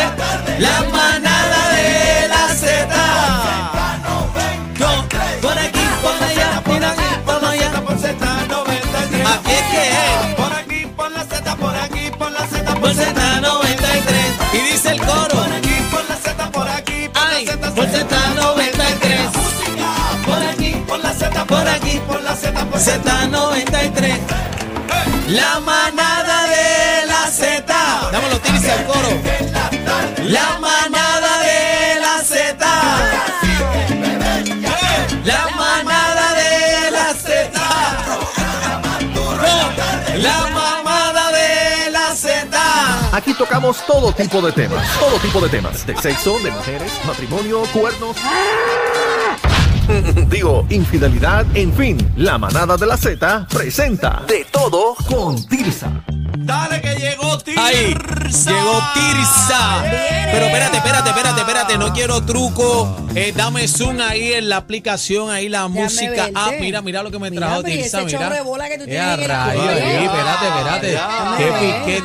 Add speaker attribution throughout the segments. Speaker 1: La manada de la Z. Yo, por aquí, por allá, por aquí, por allá. Aquí es que es.
Speaker 2: Por aquí, por la Z, por aquí, por la Z,
Speaker 1: Por Z93. Y dice el coro.
Speaker 2: Por aquí, por la Z, por aquí, por
Speaker 1: Ay,
Speaker 2: la Z,
Speaker 1: por Z93.
Speaker 2: Música. Por aquí, por la Z, por aquí, por la Z, por Z.
Speaker 1: Z93. La manada de la Z. Damos los tiris al coro. La manada de la Z. La manada de la Z. La mamada de la Z.
Speaker 3: Aquí tocamos todo tipo de temas, todo tipo de temas, de sexo, de mujeres, matrimonio, cuernos. Digo, infidelidad, en fin, la manada de la Z presenta de todo con Tirsa.
Speaker 2: Dale que llegó Tirsa.
Speaker 1: Ahí llegó Tirsa. Pero espérate, espérate, espérate, espérate. No quiero truco. Eh, dame zoom ahí en la aplicación, ahí la música.
Speaker 4: verte.
Speaker 1: Ah, mira, mira lo que me
Speaker 4: Mira,
Speaker 1: trajo
Speaker 4: pero y
Speaker 1: Tirsa.
Speaker 4: ese
Speaker 1: Mira.
Speaker 4: chorro de bola que tú
Speaker 1: Eh, a
Speaker 4: tienes en el
Speaker 1: rayos,
Speaker 4: cuello.
Speaker 1: ahí, espérate, espérate.
Speaker 2: Ya.
Speaker 1: Qué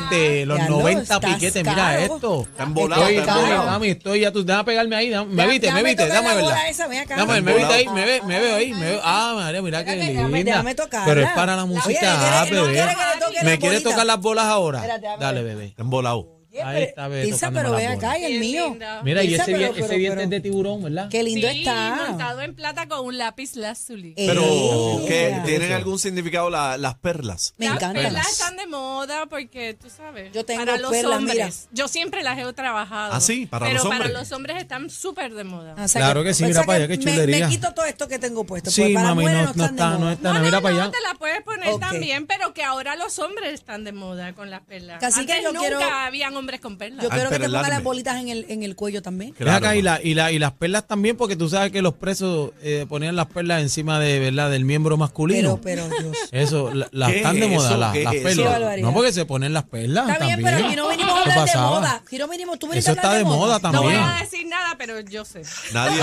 Speaker 1: piquete. Los
Speaker 4: Ya lo
Speaker 1: 90
Speaker 4: estás
Speaker 1: piquetes.
Speaker 4: caro.
Speaker 1: Mira esto.
Speaker 2: Está embolado,
Speaker 1: Estoy,
Speaker 2: está
Speaker 1: estoy,
Speaker 2: embolado.
Speaker 1: mami, estoy ya tú. Déjame pegarme ahí. dame- me
Speaker 4: Ya-
Speaker 1: viste, me
Speaker 4: déjame
Speaker 1: viste.
Speaker 4: tocar
Speaker 1: Dame
Speaker 4: la
Speaker 1: verla.
Speaker 4: bola esa, ven acá.
Speaker 1: Dame, me viste ahí,
Speaker 4: Embolado.
Speaker 1: me ve, me veo ahí, me veo. Ah, madre, mira qué
Speaker 4: Déjame, déjame,
Speaker 1: linda.
Speaker 4: déjame tocarla.
Speaker 1: Pero es para la
Speaker 4: Oye,
Speaker 1: música, ah,
Speaker 4: ¿quiere- no
Speaker 1: bebé.
Speaker 4: quiere que le toque
Speaker 1: Me quiere
Speaker 4: las bolitas?
Speaker 1: tocar las bolas ahora.
Speaker 4: Espérate, dame.
Speaker 1: Dale, bebé.
Speaker 2: Está embolado.
Speaker 1: Ahí está, bebé.
Speaker 4: Tirsa,
Speaker 1: tocándome
Speaker 4: pero
Speaker 1: las
Speaker 4: ve
Speaker 1: bolas.
Speaker 4: acá, y el
Speaker 5: Bien
Speaker 4: mío.
Speaker 5: linda.
Speaker 1: Mira, y
Speaker 4: Tirsa,
Speaker 1: ese,
Speaker 4: pero-
Speaker 1: vie-
Speaker 4: pero-
Speaker 1: ese diente
Speaker 4: pero-
Speaker 1: es de tiburón, ¿verdad?
Speaker 4: Qué lindo
Speaker 5: Sí,
Speaker 4: está.
Speaker 5: montado en plata con un lápiz lazuli.
Speaker 4: Eh,
Speaker 2: Pero,
Speaker 4: Sí.
Speaker 2: ¿qué?
Speaker 4: Mira.
Speaker 2: ¿Tienen algún significado la- las perlas?
Speaker 4: Me
Speaker 5: Las
Speaker 4: encanta.
Speaker 5: perlas están de moda porque, tú sabes,
Speaker 4: Yo tengo
Speaker 5: para los
Speaker 4: perlas,
Speaker 5: hombres. Yo siempre las he trabajado.
Speaker 2: Ah, sí, para
Speaker 5: pero
Speaker 2: los hombres.
Speaker 5: para los hombres están súper de moda.
Speaker 4: O sea
Speaker 1: Claro que sí,
Speaker 4: o
Speaker 1: mira
Speaker 4: sea
Speaker 1: para allá, qué
Speaker 4: me-
Speaker 1: chulería.
Speaker 4: Me quito todo esto que tengo puesto.
Speaker 1: Sí,
Speaker 4: porque para
Speaker 1: mami,
Speaker 4: mujeres
Speaker 1: no, no
Speaker 4: están de
Speaker 1: está, no
Speaker 4: moda.
Speaker 1: está. Mira para allá.
Speaker 5: te la puedes poner
Speaker 4: Ok.
Speaker 5: también, pero que ahora los hombres están de moda con las perlas.
Speaker 4: Casi que
Speaker 5: Antes
Speaker 4: yo
Speaker 5: nunca
Speaker 4: quiero-
Speaker 5: habían hombres con perlas.
Speaker 4: Yo
Speaker 2: Ah,
Speaker 4: quiero que te pongas
Speaker 2: perlarme.
Speaker 4: las bolitas en el, en el cuello también.
Speaker 1: Ven acá, y, la- y la- y las perlas también, porque tú sabes que los presos eh, ponían las perlas encima de, ¿verdad? del miembro masculino.
Speaker 4: Pero, pero, Dios.
Speaker 1: eso, la- las
Speaker 2: ¿Qué
Speaker 1: están de
Speaker 2: es
Speaker 1: moda,
Speaker 2: eso?
Speaker 1: la-
Speaker 2: ¿Qué
Speaker 1: las
Speaker 2: es
Speaker 4: eso? Qué
Speaker 1: perlas.
Speaker 4: barbaridad.
Speaker 1: No, porque se ponen las perlas
Speaker 4: Está
Speaker 1: también.
Speaker 4: bien, pero aquí no venimos a
Speaker 1: ¿Qué
Speaker 4: hablar de
Speaker 1: pasaba?
Speaker 4: moda. Aquí no venimos, tú viniste
Speaker 1: Eso
Speaker 4: a
Speaker 1: está
Speaker 4: hablar
Speaker 1: de moda
Speaker 5: no voy
Speaker 1: también.
Speaker 5: a decir nada, pero yo sé.
Speaker 2: Nadie.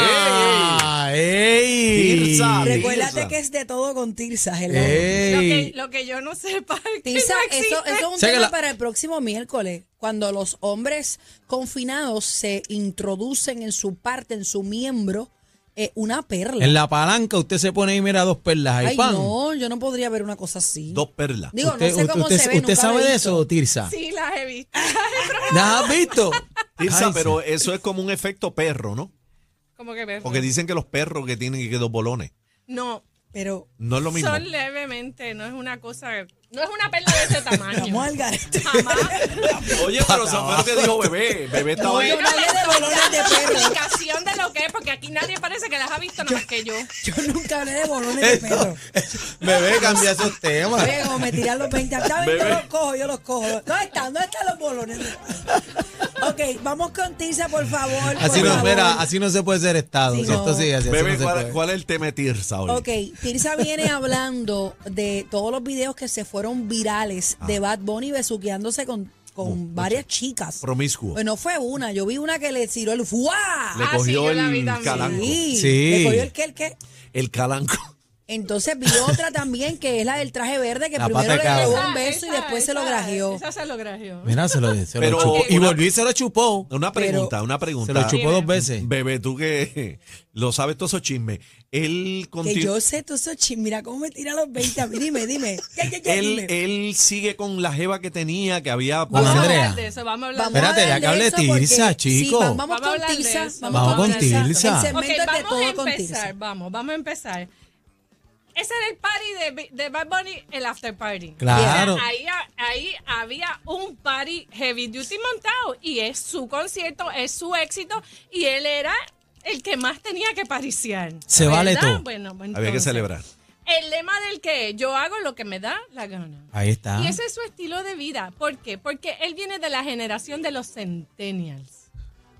Speaker 1: ¡Ah! ¡Ey!
Speaker 2: Tirsa,
Speaker 4: Recuérdate
Speaker 2: Tirsa.
Speaker 4: que es de todo con Tirsa, hello.
Speaker 1: Eh.
Speaker 5: Lo que,
Speaker 1: ¡Ey!
Speaker 5: lo que yo no sepa es que
Speaker 4: Tirsa,
Speaker 5: no
Speaker 4: eso,
Speaker 5: existe.
Speaker 4: eso es un
Speaker 1: Sé que
Speaker 4: tema
Speaker 1: la-
Speaker 4: para el próximo miércoles, cuando los hombres confinados se introducen en su parte, en su miembro, eh, una perla.
Speaker 1: En la palanca usted se pone y mira dos perlas ahí,
Speaker 4: Ay,
Speaker 1: pan.
Speaker 4: no, yo no podría ver una cosa así.
Speaker 2: Dos perlas.
Speaker 4: Digo,
Speaker 1: usted,
Speaker 4: no sé cómo
Speaker 1: usted-
Speaker 4: se ve.
Speaker 1: usted
Speaker 4: nunca lo
Speaker 1: sabe
Speaker 4: he
Speaker 1: de
Speaker 4: visto.
Speaker 1: eso, Tirsa.
Speaker 5: Sí, las he visto.
Speaker 1: ¿Las has visto?
Speaker 2: Tirsa,
Speaker 1: Ay,
Speaker 2: pero eso es como un efecto perro, ¿no?
Speaker 5: Como que me-
Speaker 2: Porque dicen que los perros que tienen que dos bolones.
Speaker 5: No,
Speaker 4: Pero
Speaker 2: No es lo mismo.
Speaker 5: Son levemente, no es una cosa, no es una perla de ese tamaño.
Speaker 4: vamos al garete.
Speaker 5: Jamás.
Speaker 2: Oye, pero San Pedro te dijo bebé. Bebé está
Speaker 4: No,
Speaker 2: ahí.
Speaker 4: yo no hablé de bolones de perro.
Speaker 5: Explicación de lo que es, porque aquí nadie parece que las ha visto nada más que yo.
Speaker 4: Yo nunca hablé de bolones de perro.
Speaker 1: Bebé, cambia esos temas.
Speaker 4: Luego me tiran los 20. Está bien, yo los cojo, yo los cojo. ¿Dónde están? ¿Dónde están los bolones? Ok, vamos con Tirsa, por favor.
Speaker 1: Así
Speaker 4: por
Speaker 1: no,
Speaker 4: favor.
Speaker 1: mira, así no se puede ser Estado.
Speaker 4: Sí,
Speaker 1: Si Esto
Speaker 4: no.
Speaker 1: sigue así, así
Speaker 2: Bebé,
Speaker 1: no se
Speaker 2: ¿cuál,
Speaker 1: puede.
Speaker 2: cuál es el tema de Tirsa hoy?
Speaker 4: Ok, Tirsa viene hablando de todos los videos que se fueron virales
Speaker 1: Ah.
Speaker 4: de Bad Bunny besuqueándose con, con varias chicas.
Speaker 2: Promiscuo.
Speaker 4: Pues no fue una, yo vi una que le tiró el ¡fuá!
Speaker 2: Le
Speaker 5: Ah, sí,
Speaker 2: cogió
Speaker 5: yo la vi
Speaker 2: el
Speaker 5: también.
Speaker 2: calanco.
Speaker 4: Sí,
Speaker 1: Sí.
Speaker 4: le cogió el que, el que.
Speaker 2: El calanco.
Speaker 4: Entonces vi otra también que es la del traje verde que
Speaker 1: La pata
Speaker 4: primero
Speaker 1: de cabra.
Speaker 4: le robó
Speaker 1: Esa-
Speaker 4: un beso y después se lo
Speaker 5: esa-
Speaker 4: grajeó.
Speaker 5: Esa se lo grajeó.
Speaker 1: Mira, se lo, se lo
Speaker 2: Pero
Speaker 1: chupó. Y
Speaker 2: una-
Speaker 1: volví y se lo chupó.
Speaker 2: Una pregunta, una pregunta.
Speaker 1: Se lo chupó dos veces.
Speaker 2: Bebé, tú que lo sabes todos esos chismes. Él
Speaker 4: Que
Speaker 2: continu-
Speaker 4: yo sé todo eso, chin, mira cómo me tira los 20 a mí, dime, dime. Ya, ya, ya,
Speaker 2: Él,
Speaker 4: dime.
Speaker 1: eh,
Speaker 2: él sigue con la jeva que tenía, que había...
Speaker 1: Con
Speaker 5: Vamos a
Speaker 1: Andrea.
Speaker 5: hablar de eso, vamos a hablar de
Speaker 1: Vamos
Speaker 5: eso.
Speaker 1: Espérate,
Speaker 4: hablar
Speaker 1: ya que
Speaker 4: de
Speaker 1: hable
Speaker 4: eso
Speaker 1: Tirsa,
Speaker 4: porque-
Speaker 1: chico.
Speaker 4: sí, vamos,
Speaker 5: Vamos a
Speaker 4: con
Speaker 5: hablar de
Speaker 4: Tirsa,
Speaker 5: eso.
Speaker 4: vamos,
Speaker 1: Vamos con Tirsa.
Speaker 4: El
Speaker 1: Ok,
Speaker 4: segmento
Speaker 5: Ok,
Speaker 4: es de
Speaker 5: vamos a
Speaker 4: todo con
Speaker 5: empezar,
Speaker 4: Tirsa.
Speaker 5: vamos, vamos a empezar. Ese era el party de, de Bad Bunny, el after party.
Speaker 1: Claro.
Speaker 5: O sea, ahí, ahí había un party heavy duty montado y es su concierto, es su éxito y él era el que más tenía que pariciar.
Speaker 1: Se vale todo.
Speaker 5: Bueno, pues
Speaker 2: Había que
Speaker 5: entonces,
Speaker 2: celebrar.
Speaker 5: El lema del que es, yo hago lo que me da la gana.
Speaker 1: Ahí está.
Speaker 5: Y ese es su estilo de vida. ¿Por qué? Porque él viene de la generación de los centennials.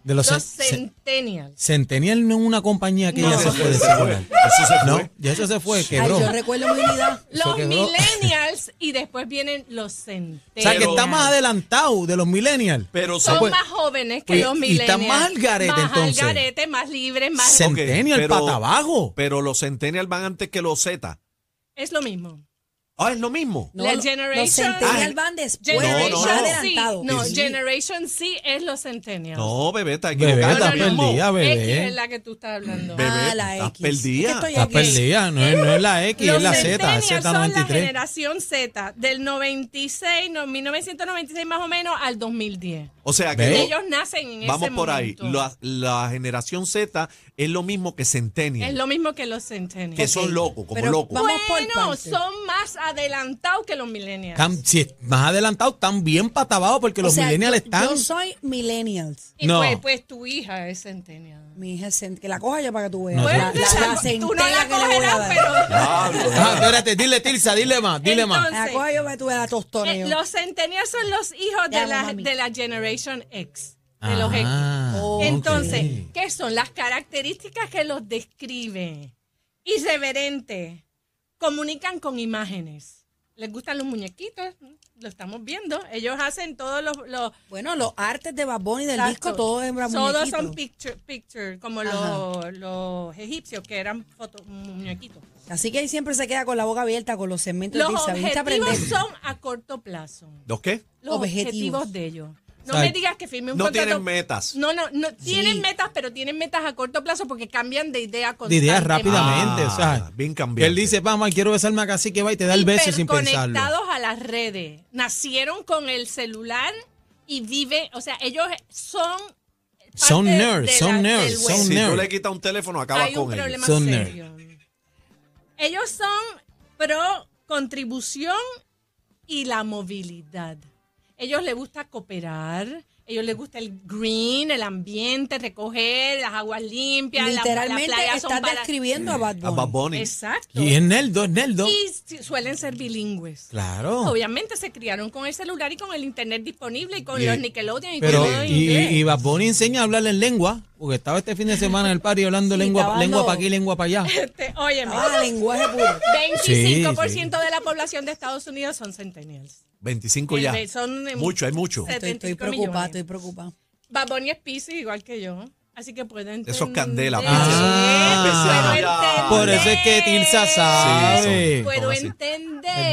Speaker 1: De los,
Speaker 5: Los
Speaker 1: cen- cen-
Speaker 5: centennials.
Speaker 1: Centennial no es una compañía que ya
Speaker 5: No.
Speaker 1: se fue de
Speaker 2: Eso se fue.
Speaker 1: Centennial.
Speaker 2: Eso se
Speaker 1: No,
Speaker 2: fue.
Speaker 1: ya eso se fue,
Speaker 4: Ay,
Speaker 1: quebró.
Speaker 4: yo recuerdo mi vida.
Speaker 1: Eso
Speaker 5: Los
Speaker 1: quedó.
Speaker 5: millennials y después vienen los
Speaker 1: o
Speaker 5: centennials.
Speaker 1: sea, que está más adelantado de los millennials.
Speaker 2: Pero
Speaker 5: son
Speaker 1: pues,
Speaker 5: más jóvenes que
Speaker 1: pues,
Speaker 5: los
Speaker 1: y
Speaker 5: millennials.
Speaker 1: están más al garete,
Speaker 5: Más al
Speaker 1: entonces.
Speaker 5: garete, más libres, más...
Speaker 1: Se- Centennial,
Speaker 2: pero-
Speaker 1: pata abajo.
Speaker 2: Pero los centennial van antes que los Z.
Speaker 5: es lo mismo.
Speaker 2: Ah, es lo mismo.
Speaker 4: No,
Speaker 5: La
Speaker 4: lo- los
Speaker 5: Generation-
Speaker 4: Centennial van después,
Speaker 5: Generation
Speaker 2: no, no.
Speaker 4: ya
Speaker 5: C.
Speaker 4: adelantado.
Speaker 5: No,
Speaker 2: Sí.
Speaker 5: Generation C es los centennials.
Speaker 2: No, bebé, está
Speaker 1: Bebé,
Speaker 2: equivocada.
Speaker 1: estás
Speaker 5: no, no.
Speaker 1: perdida,
Speaker 5: X es
Speaker 1: bebé.
Speaker 5: la que tú estás hablando.
Speaker 2: Bebé,
Speaker 4: ah, la X.
Speaker 2: estás
Speaker 4: Es que
Speaker 2: perdida.
Speaker 4: estoy
Speaker 1: Estás
Speaker 4: aquí.
Speaker 1: perdida, no es, no es la X,
Speaker 5: Los
Speaker 1: es la Z,
Speaker 5: centennials son la
Speaker 1: Z93.
Speaker 5: generación Z, del 96, no, 1996 más o menos, al 2010.
Speaker 2: O sea
Speaker 1: Ve.
Speaker 2: que
Speaker 5: Ellos nacen en
Speaker 2: ¿Eh? vamos
Speaker 5: ese
Speaker 2: por ahí.
Speaker 5: momento.
Speaker 2: La, la generación Z es lo mismo que Centennial.
Speaker 5: Es lo mismo que los centennials.
Speaker 2: que son locos, como
Speaker 4: Pero
Speaker 2: locos.
Speaker 4: vamos por
Speaker 5: Bueno,
Speaker 4: partes.
Speaker 5: son más adelantados que los millennials.
Speaker 1: Están- si es más adelantado, están bien patabados porque
Speaker 4: O
Speaker 1: los
Speaker 4: sea,
Speaker 1: millennials
Speaker 4: yo-
Speaker 1: están.
Speaker 4: Yo soy millennials.
Speaker 5: y
Speaker 1: no.
Speaker 5: pues, pues tu hija es centennial.
Speaker 4: Mi hija es cent- que la coja yo para que tú veas.
Speaker 1: No,
Speaker 4: la,
Speaker 1: tú-
Speaker 4: la- la
Speaker 5: pues, tú no
Speaker 4: centella
Speaker 5: la
Speaker 4: que le voy a
Speaker 5: cogerás,
Speaker 4: dar.
Speaker 5: pero...
Speaker 2: ¿eh?
Speaker 1: Ah, espérate, dile Tirsa, dile más, dile más.
Speaker 5: Entonces,
Speaker 4: La coja yo para que tú veas la
Speaker 5: Eh,
Speaker 4: tostoneo.
Speaker 5: los centennials son los hijos
Speaker 4: Te
Speaker 5: de
Speaker 4: amo,
Speaker 5: la,
Speaker 4: mami.
Speaker 5: de la Generation X. De los X.
Speaker 1: Ah,
Speaker 4: ok.
Speaker 5: Entonces, ¿qué son las características que los describen? Irreverente. Comunican con imágenes. Les gustan los muñequitos. Lo estamos viendo. Ellos hacen todos los. los
Speaker 4: Bueno, los artes de Bad Bunny del disco,
Speaker 5: tazos.
Speaker 4: todo es un
Speaker 5: Todos
Speaker 4: muñequito.
Speaker 5: son picture, picture como los, los egipcios que eran foto, muñequitos.
Speaker 4: Así que ahí siempre se queda con la boca abierta con los segmentos.
Speaker 5: Los
Speaker 4: Tirsa, viniste a
Speaker 5: objetivos
Speaker 4: aprender.
Speaker 5: son a corto plazo.
Speaker 2: ¿Los qué?
Speaker 5: los
Speaker 4: Objetivos.
Speaker 5: objetivos, de ellos. No
Speaker 1: O sea,
Speaker 5: me digas que firme un
Speaker 2: No
Speaker 5: contrato.
Speaker 2: tienen metas.
Speaker 5: No, no, no tienen metas, pero tienen metas a corto plazo porque cambian de idea
Speaker 1: de
Speaker 5: constantemente.
Speaker 1: ideas rápidamente,
Speaker 2: Ah,
Speaker 1: o sea.
Speaker 2: bien cambiante.
Speaker 1: Él dice, mamá, quiero besarme acá, así que va y te da el beso sin pensarlo.
Speaker 5: Conectados Ah. a las redes. Nacieron con el celular y viven, o sea, ellos son parte
Speaker 1: Son
Speaker 5: de-
Speaker 1: nerds,
Speaker 5: de
Speaker 1: son
Speaker 5: la-
Speaker 1: nerds,
Speaker 5: del
Speaker 1: son
Speaker 5: web.
Speaker 2: Si
Speaker 1: nerd.
Speaker 2: tú le quitas un teléfono, acabas
Speaker 5: Hay un
Speaker 2: con él.
Speaker 5: problema
Speaker 1: Son
Speaker 5: serio. Ellos son pro contribución y la movilidad. Ellos les gusta cooperar, ellos les gusta el green, el ambiente, recoger las aguas limpias, la- la
Speaker 4: Literalmente
Speaker 5: playa son
Speaker 4: estás
Speaker 5: para-
Speaker 4: describiendo a Bad Bunny.
Speaker 2: A Bad Bunny.
Speaker 5: Exacto.
Speaker 1: Y es nerdo, es nerdo.
Speaker 5: Y si- suelen ser bilingües.
Speaker 1: Claro.
Speaker 5: Obviamente se criaron con el celular y con el internet disponible y con
Speaker 2: Y-
Speaker 5: los Nickelodeon y
Speaker 1: Pero,
Speaker 5: con todo
Speaker 1: y,
Speaker 5: en
Speaker 1: y,
Speaker 5: inglés.
Speaker 1: y Bad Bunny enseña a hablarle en lengua, porque estaba este fin de semana en el party hablando
Speaker 4: Sí,
Speaker 1: lengua,
Speaker 4: estaba
Speaker 1: lengua
Speaker 4: hablando-
Speaker 1: para aquí, lengua para allá.
Speaker 5: Este, óyeme,
Speaker 4: Ah, lenguaje puro.
Speaker 5: 25%
Speaker 1: Sí, sí.
Speaker 5: de la población de Estados Unidos son centennials.
Speaker 2: 25 ya.
Speaker 5: Eh, son, eh,
Speaker 2: Mucho, hay mucho.
Speaker 5: se-
Speaker 4: Estoy, estoy
Speaker 5: 75
Speaker 4: preocupada,
Speaker 5: millones.
Speaker 4: estoy preocupada.
Speaker 5: Bad Bunny es Pisces igual que yo. Así que puedo entender.
Speaker 2: Eso es candela,
Speaker 5: Puedo
Speaker 2: Piscis.
Speaker 1: Ah,
Speaker 5: entender.
Speaker 2: ya.
Speaker 1: Por eso es que Tirsa sabe.
Speaker 2: Sí,
Speaker 5: Puedo
Speaker 2: ¿Cómo así?
Speaker 5: entender.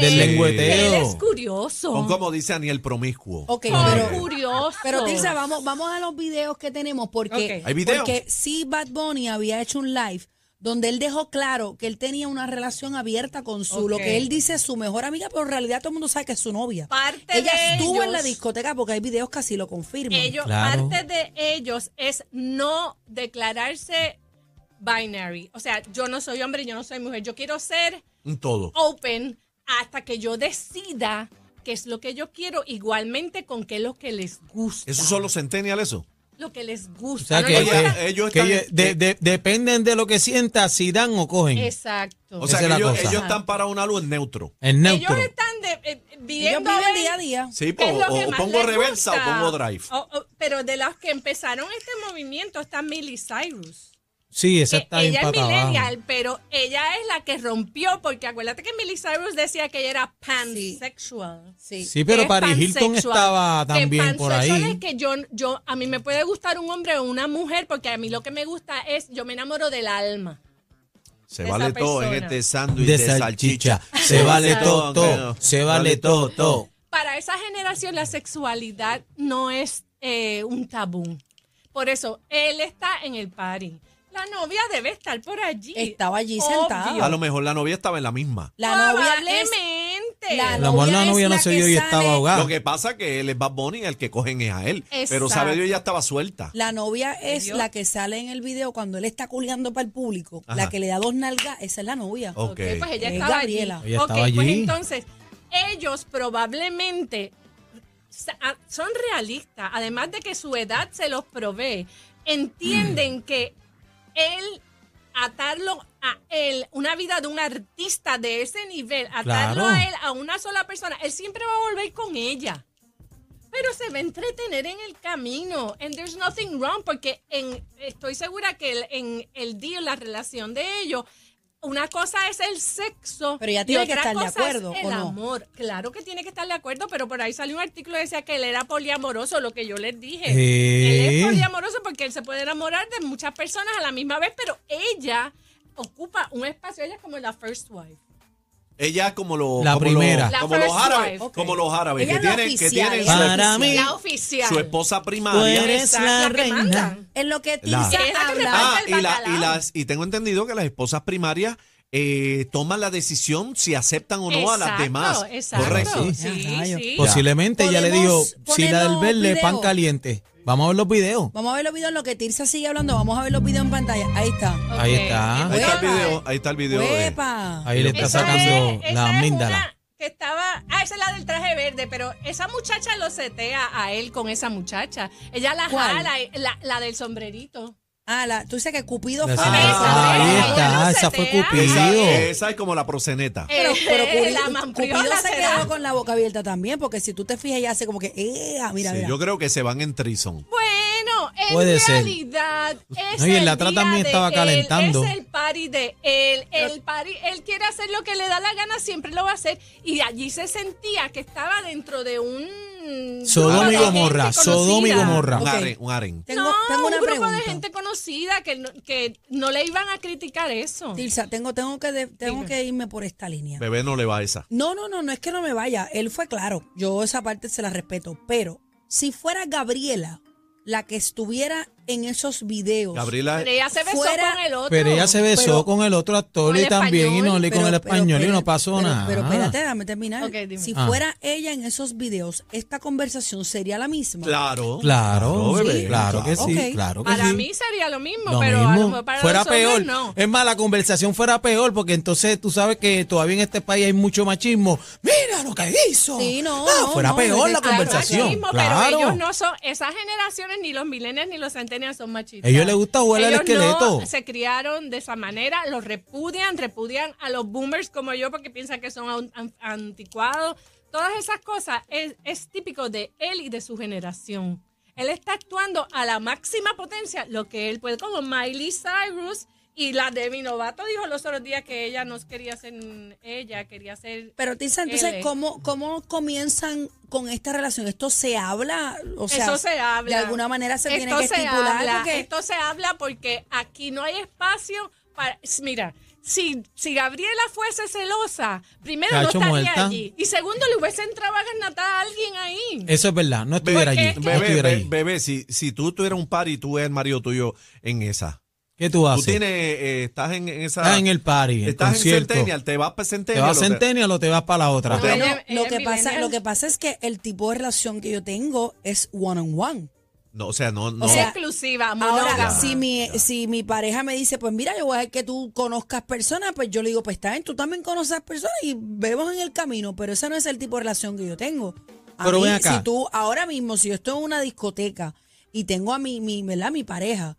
Speaker 1: Del
Speaker 5: que Él
Speaker 1: lengüeteo.
Speaker 5: es curioso.
Speaker 2: Son como dice Aniel Promiscuo.
Speaker 4: Ok,
Speaker 5: Son
Speaker 4: pero-
Speaker 5: curiosos.
Speaker 4: Pero Tirsa, vamos, vamos a los videos que tenemos porque,
Speaker 5: Ok.
Speaker 2: ¿Hay video?
Speaker 4: porque sí Bad Bunny había hecho un live donde él dejó claro que él tenía una relación abierta con su, lo
Speaker 5: Ok.
Speaker 4: que él dice es su mejor amiga, pero en realidad todo el mundo sabe que es su novia.
Speaker 5: Parte
Speaker 4: Ella
Speaker 5: de
Speaker 4: estuvo en la
Speaker 5: ellos-
Speaker 4: discoteca porque hay videos que así lo confirman.
Speaker 5: Ellos,
Speaker 1: Claro.
Speaker 5: Parte de ellos es no declararse binary. O sea, yo no soy hombre, yo no soy mujer. Yo quiero ser
Speaker 2: Un todo.
Speaker 5: open hasta que yo decida qué es lo que yo quiero, igualmente con qué es lo que les gusta.
Speaker 2: ¿Esos son los centennial eso?
Speaker 5: Lo que les
Speaker 1: O
Speaker 5: gusta.
Speaker 1: sea,
Speaker 5: no
Speaker 1: que,
Speaker 5: les
Speaker 2: ellos-
Speaker 5: gusta-
Speaker 1: que-
Speaker 2: ellos
Speaker 1: que
Speaker 2: están-
Speaker 1: ellos- de- de- dependen de lo que sienta, si dan o cogen. Es
Speaker 5: Exacto.
Speaker 2: O
Speaker 1: Esa
Speaker 2: sea, que
Speaker 1: es la
Speaker 2: ellos,
Speaker 1: cosa.
Speaker 2: ellos están para una luz en neutro.
Speaker 1: neutro.
Speaker 5: Ellos están de, eh,
Speaker 4: Ellos
Speaker 5: viviendo
Speaker 4: viven
Speaker 5: ver
Speaker 4: día a día.
Speaker 2: Sí,
Speaker 5: qué
Speaker 2: po-
Speaker 5: es lo que
Speaker 2: o, o
Speaker 5: más
Speaker 2: pongo
Speaker 5: les
Speaker 2: reversa o
Speaker 5: gusta. Oh,
Speaker 2: pongo drive.
Speaker 5: O- o- pero de las que empezaron este movimiento está Miley Cyrus.
Speaker 1: Sí, esa
Speaker 5: que
Speaker 1: está bien
Speaker 5: ella es
Speaker 1: pata abajo.
Speaker 5: millennial, pero ella es la que rompió, porque acuérdate que Miley Cyrus decía que ella era pansexual.
Speaker 4: Sí.
Speaker 1: Sí, pero
Speaker 5: Es
Speaker 1: Paris Hilton
Speaker 5: pansexual.
Speaker 1: estaba
Speaker 5: Que
Speaker 1: también por
Speaker 5: pansexual
Speaker 1: ahí.
Speaker 5: es que yo, yo, a mí me puede gustar un hombre o una mujer, porque a mí lo que me gusta es, yo me enamoro del alma.
Speaker 2: Se
Speaker 5: esa
Speaker 2: vale todo en
Speaker 5: persona.
Speaker 2: este sándwich
Speaker 1: De salchicha. Se vale todo, todo. Se vale todo, todo.
Speaker 5: Para esa generación la sexualidad no es eh, un tabú. Por eso, él está en el party. La novia debe estar por allí.
Speaker 4: Estaba allí
Speaker 5: Obvio.
Speaker 4: sentada.
Speaker 2: A lo mejor la novia estaba en la misma.
Speaker 4: La novia es
Speaker 5: Probablemente.
Speaker 4: la
Speaker 1: A lo mejor la
Speaker 4: novia es
Speaker 1: novia no
Speaker 4: la
Speaker 1: se
Speaker 4: que
Speaker 1: dio y
Speaker 4: sale-
Speaker 1: estaba ahogada.
Speaker 2: Lo que pasa que él es Bad Bunny y el que cogen es a él. Pero
Speaker 5: Exacto.
Speaker 2: sabe Dios ya estaba suelta.
Speaker 4: La novia es
Speaker 5: Dios.
Speaker 4: la que sale en el video cuando él está colgando para el público.
Speaker 2: Ajá.
Speaker 4: La que le da dos nalgas, esa es la novia.
Speaker 2: Ok.
Speaker 5: Ok, pues ella
Speaker 4: Es
Speaker 5: estaba
Speaker 4: Gabriela.
Speaker 5: allí.
Speaker 1: Ella
Speaker 5: Ok,
Speaker 1: estaba
Speaker 5: pues
Speaker 1: allí.
Speaker 5: entonces, ellos probablemente sa- a- son realistas, además de que su edad se los provee, entienden que él atarlo a él, una vida de un artista de ese nivel, atarlo
Speaker 1: Claro.
Speaker 5: a él a una sola persona, él siempre va a volver con ella. Pero se va a entretener en el camino. And there's nothing wrong. Porque en, estoy segura que el- en el día, la relación de ellos, una cosa es el sexo.
Speaker 4: Pero ella
Speaker 5: y
Speaker 4: tiene que
Speaker 5: otra
Speaker 4: estar de
Speaker 5: cosa es
Speaker 4: acuerdo, ¿o
Speaker 5: El
Speaker 4: no?
Speaker 5: amor. Claro que tiene que estar de acuerdo, pero por ahí salió un artículo que decía que él era poliamoroso, lo que yo les dije.
Speaker 1: Eh.
Speaker 5: Él es poliamoroso porque él se puede enamorar de muchas personas a la misma vez, pero ella ocupa un espacio, ella es como la first wife.
Speaker 2: Ella como los
Speaker 1: La
Speaker 2: como
Speaker 1: primera.
Speaker 2: los-
Speaker 5: La
Speaker 2: como los
Speaker 5: first
Speaker 2: árabes,
Speaker 5: wife.
Speaker 2: como los árabes
Speaker 4: Ella
Speaker 2: que
Speaker 4: es la
Speaker 2: tienen que
Speaker 4: oficial,
Speaker 2: tienen
Speaker 4: ella es
Speaker 2: su,
Speaker 4: la
Speaker 1: Para mí,
Speaker 5: La oficial.
Speaker 2: su esposa
Speaker 1: tú
Speaker 2: primaria.
Speaker 1: eres
Speaker 5: Esa es
Speaker 1: la
Speaker 5: Pues la que
Speaker 1: reina.
Speaker 5: manda.
Speaker 4: En lo que Tiza
Speaker 2: La-
Speaker 5: Que es la que
Speaker 4: habla.
Speaker 5: reparte
Speaker 2: Ah,
Speaker 5: el
Speaker 2: y, la- y
Speaker 5: bacalao.
Speaker 2: las y tengo entendido que las esposas primarias eh, toman la decisión si aceptan o no a las
Speaker 5: Exacto,
Speaker 2: demás.
Speaker 5: Exacto.
Speaker 2: Correcto.
Speaker 5: Sí,
Speaker 4: Ah, rayos.
Speaker 5: sí.
Speaker 1: Posiblemente ella le dijo,
Speaker 4: Podemos
Speaker 1: si la del
Speaker 4: ponernos
Speaker 1: verde,
Speaker 4: video.
Speaker 1: pan caliente. Vamos a ver los videos.
Speaker 4: Vamos a ver los videos en lo que Tirsa sigue hablando. Vamos a ver los videos en pantalla. Ahí está.
Speaker 5: Ok,
Speaker 1: Ahí está.
Speaker 2: Ahí está el
Speaker 5: entonces,
Speaker 2: video, ahí está el video eh. de-
Speaker 4: ¡Huepa!
Speaker 1: Ahí le está
Speaker 5: Esa
Speaker 1: sacando
Speaker 5: es-
Speaker 1: la
Speaker 5: esa es
Speaker 1: amígdala.
Speaker 5: una Que estaba, ah, esa es la del traje verde, pero esa muchacha lo setea a él con esa muchacha. Ella la
Speaker 4: ¿Cuál?
Speaker 5: jala, eh, la, la del sombrerito.
Speaker 4: Ah, la, tú dices que Cupido
Speaker 1: La
Speaker 4: fue.
Speaker 5: Ah,
Speaker 1: señora- Ahí
Speaker 5: esa,
Speaker 1: está,
Speaker 5: ella
Speaker 1: esa
Speaker 5: lo
Speaker 1: fue
Speaker 5: setea.
Speaker 2: Esa,
Speaker 1: Cupido.
Speaker 2: esa es como la proceneta.
Speaker 4: Pero,
Speaker 5: Eh,
Speaker 4: pero Cupido,
Speaker 5: la
Speaker 4: Cupido
Speaker 5: mampriola
Speaker 4: se
Speaker 5: será.
Speaker 4: quedó con la boca abierta también, porque si tú te fijas, ella hace como que, eh, mira,
Speaker 2: Sí,
Speaker 4: mira.
Speaker 2: yo creo que se van en trison.
Speaker 5: Bueno, en
Speaker 1: Puede ser.
Speaker 5: realidad es
Speaker 1: No, y en
Speaker 5: el
Speaker 1: la trata
Speaker 5: día
Speaker 1: también
Speaker 5: de
Speaker 1: estaba
Speaker 5: él,
Speaker 1: calentando.
Speaker 5: es el party de él, el party, él quiere hacer lo que le da la gana, siempre lo va a hacer y allí se sentía que estaba dentro de un
Speaker 1: Sodoma y
Speaker 5: grupo de
Speaker 1: Gomorra,
Speaker 5: gente
Speaker 1: Sodoma y
Speaker 5: conocida.
Speaker 1: Gomorra.
Speaker 2: Un
Speaker 4: Ok.
Speaker 2: aren, un aren.
Speaker 4: Tengo,
Speaker 5: no,
Speaker 4: tengo una
Speaker 5: un grupo
Speaker 4: pregunta.
Speaker 5: de gente conocida que no, que no le iban a criticar eso.
Speaker 4: Tirsa, tengo, tengo, que, de- tengo
Speaker 5: Dime.
Speaker 4: que irme por esta línea.
Speaker 2: Bebé no le va a esa.
Speaker 4: No, no, no, no es que no me vaya. Él fue claro. Yo esa parte se la respeto. Pero si fuera Gabriela la que estuviera en esos videos.
Speaker 2: Gabriela,
Speaker 5: Pero ella se besó
Speaker 4: Fuera-
Speaker 5: con el otro.
Speaker 1: Pero ella se
Speaker 4: Pero-
Speaker 1: besó con el otro actor
Speaker 5: Con
Speaker 1: y
Speaker 5: el
Speaker 1: también y no
Speaker 5: español,
Speaker 1: le con el
Speaker 4: pero-
Speaker 1: español y
Speaker 4: pero-
Speaker 1: no pasó
Speaker 4: pero-
Speaker 1: nada.
Speaker 4: Pero espérate, déjame terminar.
Speaker 5: Ok, dime.
Speaker 4: Si
Speaker 1: Ah.
Speaker 4: fuera ella en esos videos, esta conversación sería la misma.
Speaker 2: claro.
Speaker 1: Claro,
Speaker 2: bebé,
Speaker 1: claro que sí,
Speaker 4: Ok.
Speaker 1: claro que
Speaker 5: para
Speaker 1: sí.
Speaker 5: mí sería lo mismo,
Speaker 1: Lo
Speaker 5: pero a lo
Speaker 1: mismo.
Speaker 5: mejor para
Speaker 1: fuera
Speaker 5: los hombres
Speaker 1: peor.
Speaker 5: no.
Speaker 1: Es más, la conversación fuera peor, porque entonces tú sabes que todavía en este país hay mucho machismo. Mira lo que hizo.
Speaker 4: Sí, no,
Speaker 1: Ah,
Speaker 4: no,
Speaker 1: fuera
Speaker 4: no,
Speaker 1: peor
Speaker 4: es
Speaker 1: la
Speaker 4: que claro,
Speaker 1: conversación.
Speaker 5: machismo,
Speaker 1: claro.
Speaker 5: Pero ellos no son, esas generaciones, ni los millennials ni los centennials son machistas.
Speaker 1: Ellos les gusta jugar al
Speaker 5: Ellos
Speaker 1: esqueleto.
Speaker 5: No se criaron de esa manera, los repudian, repudian a los boomers como yo porque piensan que son an- an- anticuados. Todas esas cosas es, es típico de él y de su generación. Él está actuando a la máxima potencia, lo que él puede, como Miley Cyrus y la Demi Novato dijo los otros días que ella no quería ser ella, quería ser
Speaker 4: Pero Tirsa, entonces,
Speaker 5: L.
Speaker 4: ¿cómo, ¿cómo comienzan con esta relación? ¿Esto se habla? O sea,
Speaker 5: Eso se habla.
Speaker 4: De alguna manera se tiene
Speaker 5: Esto
Speaker 4: que
Speaker 5: se
Speaker 4: estipular.
Speaker 5: habla,
Speaker 4: porque-
Speaker 5: Esto se habla porque aquí no hay espacio para... Mira, si, si Gabriela fuese celosa, primero no
Speaker 1: Cacho,
Speaker 5: estaría
Speaker 1: muerta.
Speaker 5: allí. Y segundo, le hubiesen natar a alguien ahí.
Speaker 1: Eso es verdad, no estuviera
Speaker 5: Porque
Speaker 1: allí.
Speaker 5: es que-
Speaker 1: no
Speaker 2: Bebé,
Speaker 1: estuviera
Speaker 2: be-
Speaker 1: allí.
Speaker 2: bebé, si, si tú tuvieras un par y tú eres el marido tuyo en esa.
Speaker 1: ¿Qué tú
Speaker 2: Tú
Speaker 1: haces?
Speaker 2: tienes, eh, estás en, en esa.
Speaker 1: Estás Ah, en el party, el
Speaker 2: Estás en
Speaker 1: concierto.
Speaker 2: Centennial, te vas para
Speaker 1: ¿Te
Speaker 2: Centennial.
Speaker 1: vas
Speaker 2: o
Speaker 1: a
Speaker 2: te-
Speaker 1: Centennial o te vas para la otra?
Speaker 5: No,
Speaker 2: te-
Speaker 5: ella-
Speaker 4: Bueno, lo
Speaker 5: ella
Speaker 4: que,
Speaker 5: es
Speaker 4: pasa,
Speaker 5: millennial.
Speaker 4: lo que pasa es que el tipo de relación que yo tengo es one on one.
Speaker 2: No, o sea, no, no.
Speaker 4: O sea,
Speaker 5: exclusiva,
Speaker 4: Ahora,
Speaker 5: monógama.
Speaker 4: si, mi, si mi pareja me dice, pues mira, yo voy a dejar que tú conozcas personas, pues yo le digo, pues está bien, tú también conoces personas y vemos en el camino, pero ese no es el tipo de relación que yo tengo. A
Speaker 1: Pero
Speaker 4: mí,
Speaker 1: ven acá.
Speaker 4: Si tú, ahora mismo, si yo estoy en una discoteca y tengo a mi, mi, ¿verdad? mi pareja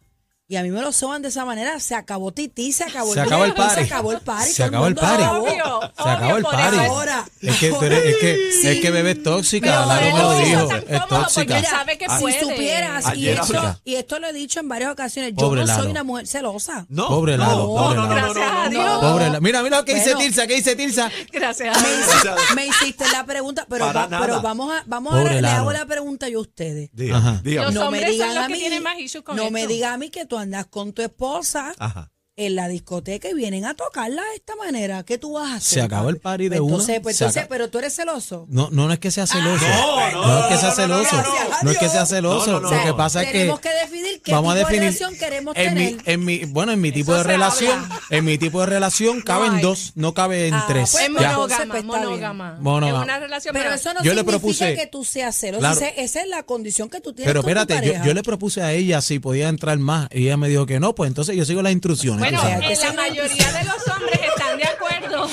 Speaker 4: y a mí me lo soban de esa manera, se acabó Titi, se acabó
Speaker 1: Se acaba el
Speaker 4: mundo,
Speaker 1: party.
Speaker 4: Se acabó el party.
Speaker 1: Se
Speaker 4: todo
Speaker 1: acabó el
Speaker 4: mundo
Speaker 1: party.
Speaker 5: Obvio,
Speaker 1: Se acabó
Speaker 5: obvio,
Speaker 1: el
Speaker 5: por
Speaker 1: party.
Speaker 5: eso-
Speaker 4: Ahora.
Speaker 1: Es que, tú eres- es que, es que bebé es tóxica,
Speaker 4: Pero
Speaker 1: Lalo me lo
Speaker 4: eso es
Speaker 1: dijo.
Speaker 5: tan cómodo
Speaker 1: Es
Speaker 5: porque
Speaker 1: tóxica.
Speaker 5: ya sabe que
Speaker 4: si
Speaker 5: puede.
Speaker 4: supieras, y
Speaker 2: Ayer
Speaker 4: esto,
Speaker 2: hablaba.
Speaker 4: y esto lo he dicho en varias ocasiones, yo
Speaker 1: Pobre
Speaker 4: no
Speaker 1: Lalo.
Speaker 4: soy una mujer celosa.
Speaker 2: No,
Speaker 1: Pobre
Speaker 2: no,
Speaker 1: Lalo,
Speaker 2: no,
Speaker 1: pobre
Speaker 2: no, no,
Speaker 1: Lalo.
Speaker 2: no, no,
Speaker 5: Gracias a
Speaker 2: no,
Speaker 5: Dios.
Speaker 2: no.
Speaker 1: Pobre la- Mira, mira lo que dice
Speaker 4: Bueno.
Speaker 1: Tirsa, que dice Tirsa.
Speaker 5: Gracias. a
Speaker 4: Me
Speaker 5: Dios.
Speaker 2: O sea,
Speaker 4: Me hiciste la pregunta, pero,
Speaker 2: Para
Speaker 4: va- pero
Speaker 2: nada.
Speaker 4: vamos a, vamos
Speaker 1: Pobre
Speaker 4: a le
Speaker 1: Lalo.
Speaker 4: hago la pregunta yo a ustedes.
Speaker 2: diga, pues.
Speaker 1: Ajá.
Speaker 2: dígame.
Speaker 5: Los
Speaker 4: No me
Speaker 5: hombres son
Speaker 4: digan
Speaker 5: los
Speaker 4: a
Speaker 5: que
Speaker 4: mí,
Speaker 5: tienen más issues con
Speaker 4: no me
Speaker 5: esto.
Speaker 4: digan a mí que tú andas con tu esposa
Speaker 2: Ajá.
Speaker 4: en la discoteca y vienen a tocarla de esta manera. ¿Qué tú vas a hacer?
Speaker 1: Se acabó el party de
Speaker 4: entonces,
Speaker 1: una,
Speaker 4: Pues,
Speaker 1: se
Speaker 4: entonces,
Speaker 1: acaba-
Speaker 4: pero tú eres celoso.
Speaker 1: No, no, no es que sea celoso.
Speaker 2: No,
Speaker 1: no,
Speaker 2: no,
Speaker 1: es que sea
Speaker 2: no, no, no,
Speaker 1: celoso. No,
Speaker 4: no, no.
Speaker 1: es que sea celoso.
Speaker 2: No, no, no.
Speaker 1: Lo que pasa es que.
Speaker 4: Tenemos que definir qué
Speaker 1: Vamos a
Speaker 4: tipo de
Speaker 1: definir.
Speaker 4: relación queremos
Speaker 1: en mi,
Speaker 4: tener.
Speaker 1: en mi, bueno, en mi tipo
Speaker 5: Eso
Speaker 1: de
Speaker 5: se
Speaker 1: relación,
Speaker 5: habla.
Speaker 1: en mi tipo de relación caben
Speaker 5: hay.
Speaker 1: dos, no cabe en
Speaker 4: Ah,
Speaker 1: tres.
Speaker 4: pues,
Speaker 5: Es
Speaker 1: Ya.
Speaker 4: no,
Speaker 5: monógama,
Speaker 4: Entonces, pues, está
Speaker 5: monógama.
Speaker 1: bien. Monógama.
Speaker 5: Es una relación,
Speaker 4: pero eso no
Speaker 1: yo le
Speaker 4: significa
Speaker 1: propuse-
Speaker 4: que tú seas celoso.
Speaker 1: Claro.
Speaker 4: Ese- esa es la condición que tú tienes
Speaker 1: Pero
Speaker 4: con tu
Speaker 1: espérate, yo,
Speaker 4: pareja.
Speaker 1: yo le propuse a ella si podía entrar más. Y ella me dijo que no, pues entonces yo sigo las instrucciones.
Speaker 5: Bueno,
Speaker 1: tú sabes.
Speaker 4: que
Speaker 5: eh,
Speaker 4: sea
Speaker 5: la mayoría de los hombres están de acuerdo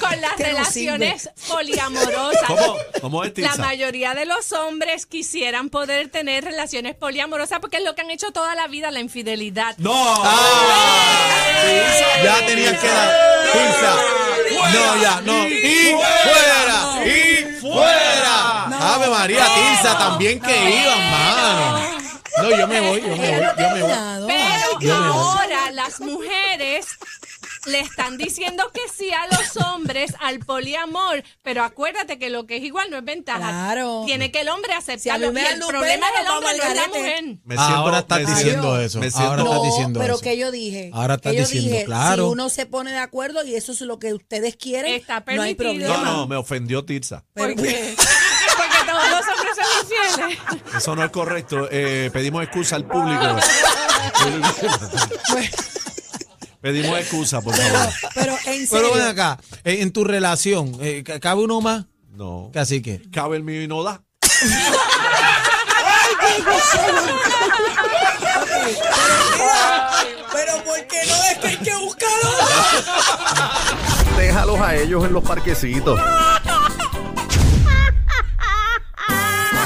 Speaker 5: con las
Speaker 4: Que no
Speaker 5: relaciones poliamorosas.
Speaker 2: ¿Cómo? ¿Cómo es,
Speaker 5: La
Speaker 2: Tirsa?
Speaker 5: mayoría de los hombres quisieran poder tener relaciones poliamorosas porque es lo que han hecho toda la vida, la infidelidad. ¡Eh!
Speaker 2: ¡No!
Speaker 1: Ah, ya tenías que dar. Tirsa. No, ya, no. Y fuera. Y fuera. Ave María, Tirsa, también que iban, mano. No, yo me voy, yo me voy,
Speaker 4: Ella no ha
Speaker 1: yo me voy.
Speaker 4: terminado.
Speaker 5: Pero
Speaker 1: Yo me voy.
Speaker 5: ahora las mujeres le están diciendo que sí a los hombres, al poliamor, pero acuérdate que lo que es igual no es ventaja.
Speaker 4: Claro.
Speaker 5: Tiene que el hombre
Speaker 4: Si a
Speaker 5: aceptarlo.
Speaker 4: mí me
Speaker 5: y
Speaker 4: dan
Speaker 5: el
Speaker 4: luz
Speaker 5: problema
Speaker 4: verde,
Speaker 5: es el
Speaker 4: nos
Speaker 5: hombre, no
Speaker 4: vamos
Speaker 5: es la
Speaker 4: al garete.
Speaker 5: mujer.
Speaker 2: Me siento-
Speaker 1: Ahora estás
Speaker 2: me
Speaker 1: diciendo
Speaker 2: siento-
Speaker 1: eso.
Speaker 2: me siento-
Speaker 1: Ahora
Speaker 4: no,
Speaker 1: estás diciendo
Speaker 4: pero
Speaker 1: eso.
Speaker 4: que yo dije.
Speaker 1: Ahora
Speaker 4: que
Speaker 1: estás
Speaker 4: yo
Speaker 1: diciendo,
Speaker 4: dije,
Speaker 1: claro.
Speaker 4: Si uno se pone de acuerdo y eso es lo que ustedes quieren,
Speaker 5: Está
Speaker 4: no hay
Speaker 5: permitido.
Speaker 4: problema.
Speaker 2: No, no, me ofendió Tirsa.
Speaker 4: Pero-
Speaker 5: Porque, porque todos los hombres son infieles.
Speaker 2: Eso no es correcto. Eh, pedimos excusa al público. pedimos excusa, por
Speaker 4: pero,
Speaker 2: favor.
Speaker 4: pues, pero en
Speaker 1: Pero
Speaker 4: serio.
Speaker 1: ven acá, eh, en tu relación, eh, ca- ¿cabe uno más?
Speaker 2: No.
Speaker 1: Casi que.
Speaker 2: Cabe el mío y no da.
Speaker 4: Pero porque no es que hay que buscarlo.
Speaker 3: Déjalos a ellos en los parquecitos.